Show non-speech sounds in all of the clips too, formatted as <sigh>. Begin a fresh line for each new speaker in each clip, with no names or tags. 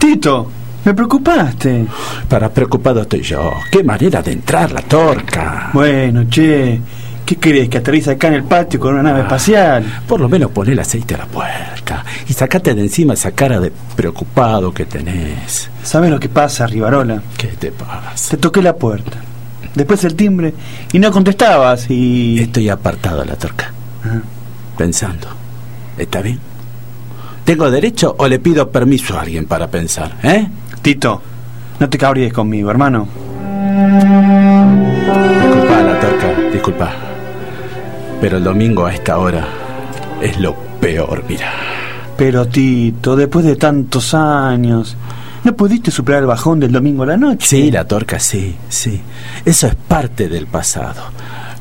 Nachito, me preocupaste.
Para preocupado estoy yo. Qué manera de entrar la torca.
Bueno, che, ¿qué crees? ¿Que aterriza acá en el patio con una
Ah.
nave espacial?
Por lo menos pon el aceite a la puerta y sacate de encima esa cara de preocupado que tenés.
¿Sabes lo que pasa, Rivarola?
¿Qué te pasa?
Te toqué la puerta, después el timbre y no contestabas y...
Estoy apartado a la torca,
Ajá.
pensando. ¿Está bien? ¿Tengo derecho o le pido permiso a alguien para pensar? ¿Eh?
Tito, no te cabríes conmigo, hermano.
Disculpa, la torca, disculpa. Pero el domingo a esta hora es lo peor, mira.
Pero Tito, después de tantos años, ¿no pudiste superar el bajón del domingo a la noche?
Sí, la torca, sí, sí. Eso es parte del pasado.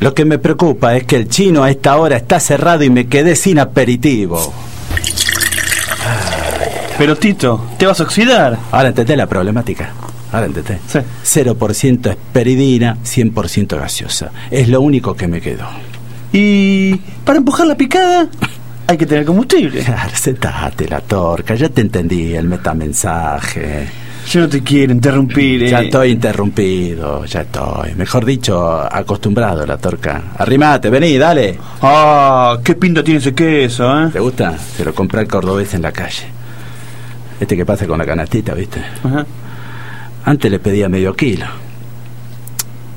Lo que me preocupa es que el chino a esta hora está cerrado y me quedé sin aperitivo.
Pero Tito, te vas a oxidar.
Ahora entendés la problemática. Ahora entendés.
Sí.
0% esperidina, 100% gaseosa. Es lo único que me quedó.
Y para empujar la picada hay que tener combustible.
<laughs> Claro, sentate la torca, ya te entendí el metamensaje.
Yo no te quiero interrumpir. eh.
Ya estoy interrumpido, ya estoy. Mejor dicho, acostumbrado a la torca. Arrimate, vení, dale.
Ah, qué pinta tiene ese queso, ¿eh?
¿Te gusta? Se lo compré al cordobés en la calle. Este que pasa con la canastita, ¿viste?
Ajá.
Antes le pedía medio kilo.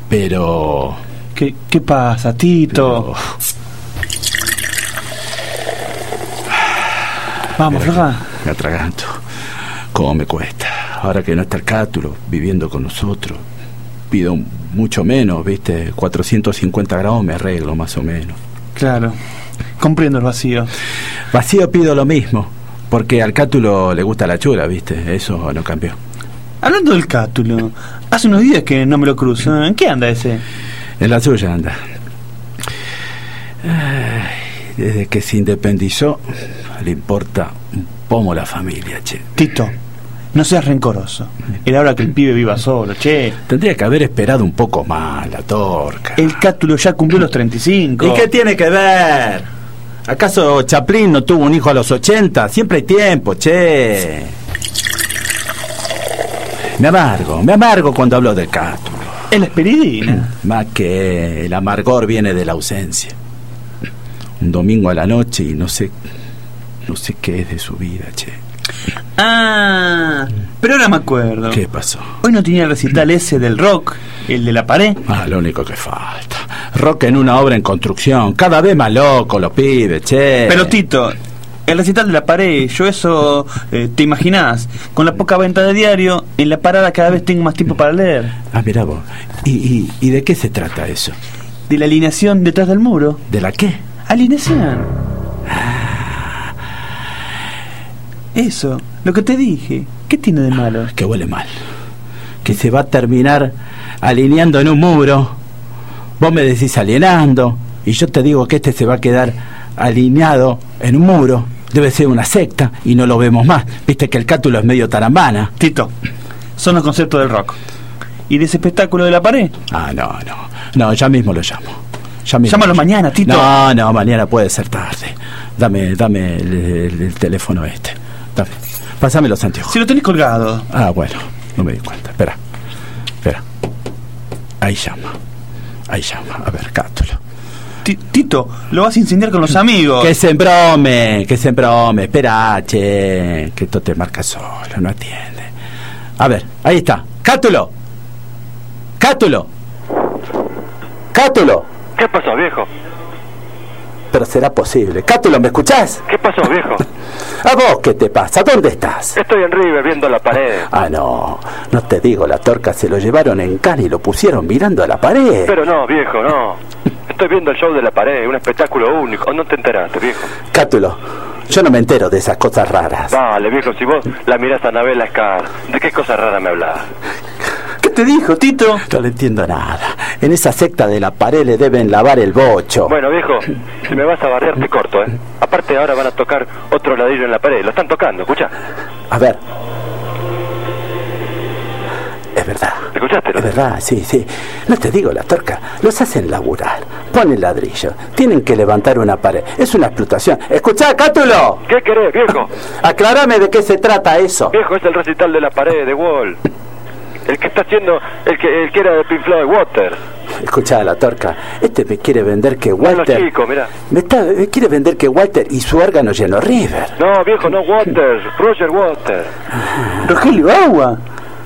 Pero...
¿Qué, qué pasa, Tito?
pero-
Vamos, floja.
Me atraganto. ¿Cómo me cuesta? Ahora que no está el cátulo viviendo con nosotros, pido un- mucho menos, ¿viste? 450 grados me arreglo más o menos.
Claro. Comprendo el vacío.
Vacío pido lo mismo, porque al cátulo le gusta la chula, ¿viste? Eso no cambió.
Hablando del cátulo, hace unos días que no me lo cruzo. ¿eh? ¿En qué anda ese?
En la suya anda. Ay, desde que se independizó, le importa un pomo la familia, che.
Tito, no seas rencoroso. Era hora que el pibe viva solo, che.
Tendría que haber esperado un poco más la torca.
El cátulo ya cumplió los 35.
¿Y qué tiene que ver? ¿Acaso Chaplin no tuvo un hijo a los 80? Siempre hay tiempo, che. Me amargo, me amargo cuando hablo del cátulo.
Es la esperidina.
Más que el amargor viene de la ausencia. Un domingo a la noche y no sé. No sé qué es de su vida, che.
Ah, pero ahora me acuerdo.
¿Qué pasó?
Hoy no tenía el recital ese del rock, el de la pared.
Ah, lo único que falta. Rock en una obra en construcción. Cada vez más loco los pibes, che.
Pero Tito, el recital de la pared, yo eso eh, te imaginás. Con la poca venta de diario, en la parada cada vez tengo más tiempo para leer.
Ah, mirá vos. ¿Y, y, y de qué se trata eso?
De la alineación detrás del muro.
¿De la qué?
Alineación. Eso, lo que te dije. ¿Qué tiene de malo?
Que huele mal. Que se va a terminar alineando en un muro. Vos me decís alienando. Y yo te digo que este se va a quedar alineado en un muro. Debe ser una secta y no lo vemos más. Viste que el cátulo es medio tarambana.
Tito, son los conceptos del rock. ¿Y de ese espectáculo de la pared?
Ah, no, no. No, ya mismo lo llamo. Ya mismo.
Llámalo mañana, Tito.
No, no, mañana puede ser tarde. Dame, dame el, el- el teléfono este. Dame. Pásame los anteojos.
Si lo tenés colgado.
Ah, bueno, no me di cuenta. Espera, espera. Ahí llama. Ahí llama. A ver, cátulo.
Ti- Tito, lo vas a incendiar con los amigos.
Que se embrome, que se embrome. Espera, che. Que esto te marca solo, no atiende. A ver, ahí está. Cátulo. Cátulo. Cátulo.
¿Qué pasó, viejo?
Pero será posible. Cátulo, ¿me escuchás?
¿Qué pasó, viejo?
¿A vos qué te pasa? ¿Dónde estás?
Estoy en River viendo la pared.
Ah, no. No te digo, la torca se lo llevaron en cana y lo pusieron mirando a la pared.
Pero no, viejo, no. Estoy viendo el show de la pared, un espectáculo único. No te enteraste, viejo.
Cátulo, yo no me entero de esas cosas raras.
Dale, viejo, si vos la mirás a Anabela Scar, ¿de qué cosa rara me hablas?
¿Qué te dijo, Tito?
No le entiendo nada. En esa secta de la pared le deben lavar el bocho.
Bueno, viejo, si me vas a barrer, te corto, ¿eh? Aparte, ahora van a tocar otro ladrillo en la pared. Lo están tocando, escucha.
A ver. Es verdad.
¿Escuchaste, no?
Es verdad, sí, sí. No te digo, la torca. Los hacen laburar. Ponen ladrillo. Tienen que levantar una pared. Es una explotación. Escuchá, Cátulo.
¿Qué querés, viejo?
Aclárame de qué se trata eso.
Viejo, es el recital de la pared de Wall. El que está haciendo, el que, el que era de Pink Floyd, Water.
Escuchá, la torca. Este me quiere vender que
Son los
Walter.
chicos, mirá.
Me, está- me quiere vender que Walter y su órgano lleno River.
No, viejo, no Waters, Roger Waters.
Rogelio Agua.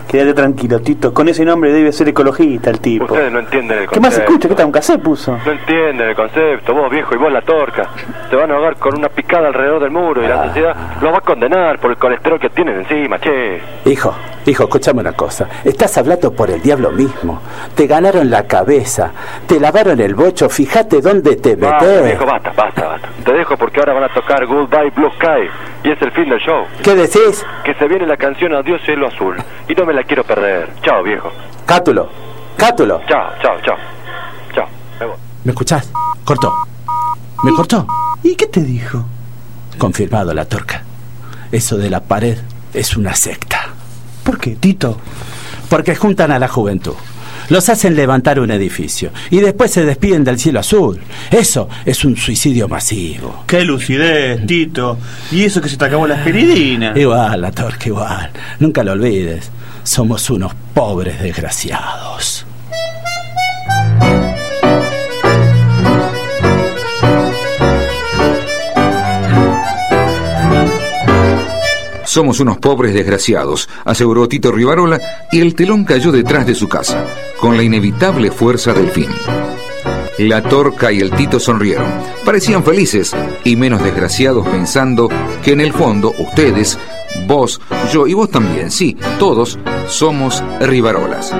Quédate tranquilo, Tito. Con ese nombre debe ser ecologista el tipo.
Ustedes no entienden el
¿Qué
concepto.
más escucha? ¿Qué tal? ¿Un cassette puso?
No entienden el concepto, vos viejo y vos la torca. Te van a ahogar con una picada alrededor del muro y
Ah.
la sociedad los va a condenar por el colesterol que tienen encima, che.
Hijo, hijo, escuchame una cosa. Estás hablando por el diablo mismo. Te ganaron la cabeza. Te lavaron el bocho. Fíjate dónde te
Basta,
metés.
viejo, basta, basta, basta. Te dejo porque ahora van a tocar Goodbye Blue Sky y es el fin del show.
¿Qué decís?
Que se viene la canción Adiós Cielo Azul y no me la quiero perder. Chao, viejo.
Cátulo. Cátulo.
Chao, chao, chao. Chao, me voy.
¿Me escuchás? Cortó. ¿Me cortó?
¿Y qué te dijo?
Confirmado la torca. Eso de la pared es una secta.
¿Por qué, Tito?
Porque juntan a la juventud. Los hacen levantar un edificio y después se despiden del cielo azul. Eso es un suicidio masivo.
Qué lucidez, Tito. Y eso que se te acabó la aspiridina.
Igual, la torca, igual. Nunca lo olvides. Somos unos pobres desgraciados.
Somos unos pobres desgraciados, aseguró Tito Rivarola, y el telón cayó detrás de su casa, con la inevitable fuerza del fin. La torca y el Tito sonrieron, parecían felices y menos desgraciados pensando que en el fondo ustedes, vos, yo y vos también, sí, todos somos Rivarolas.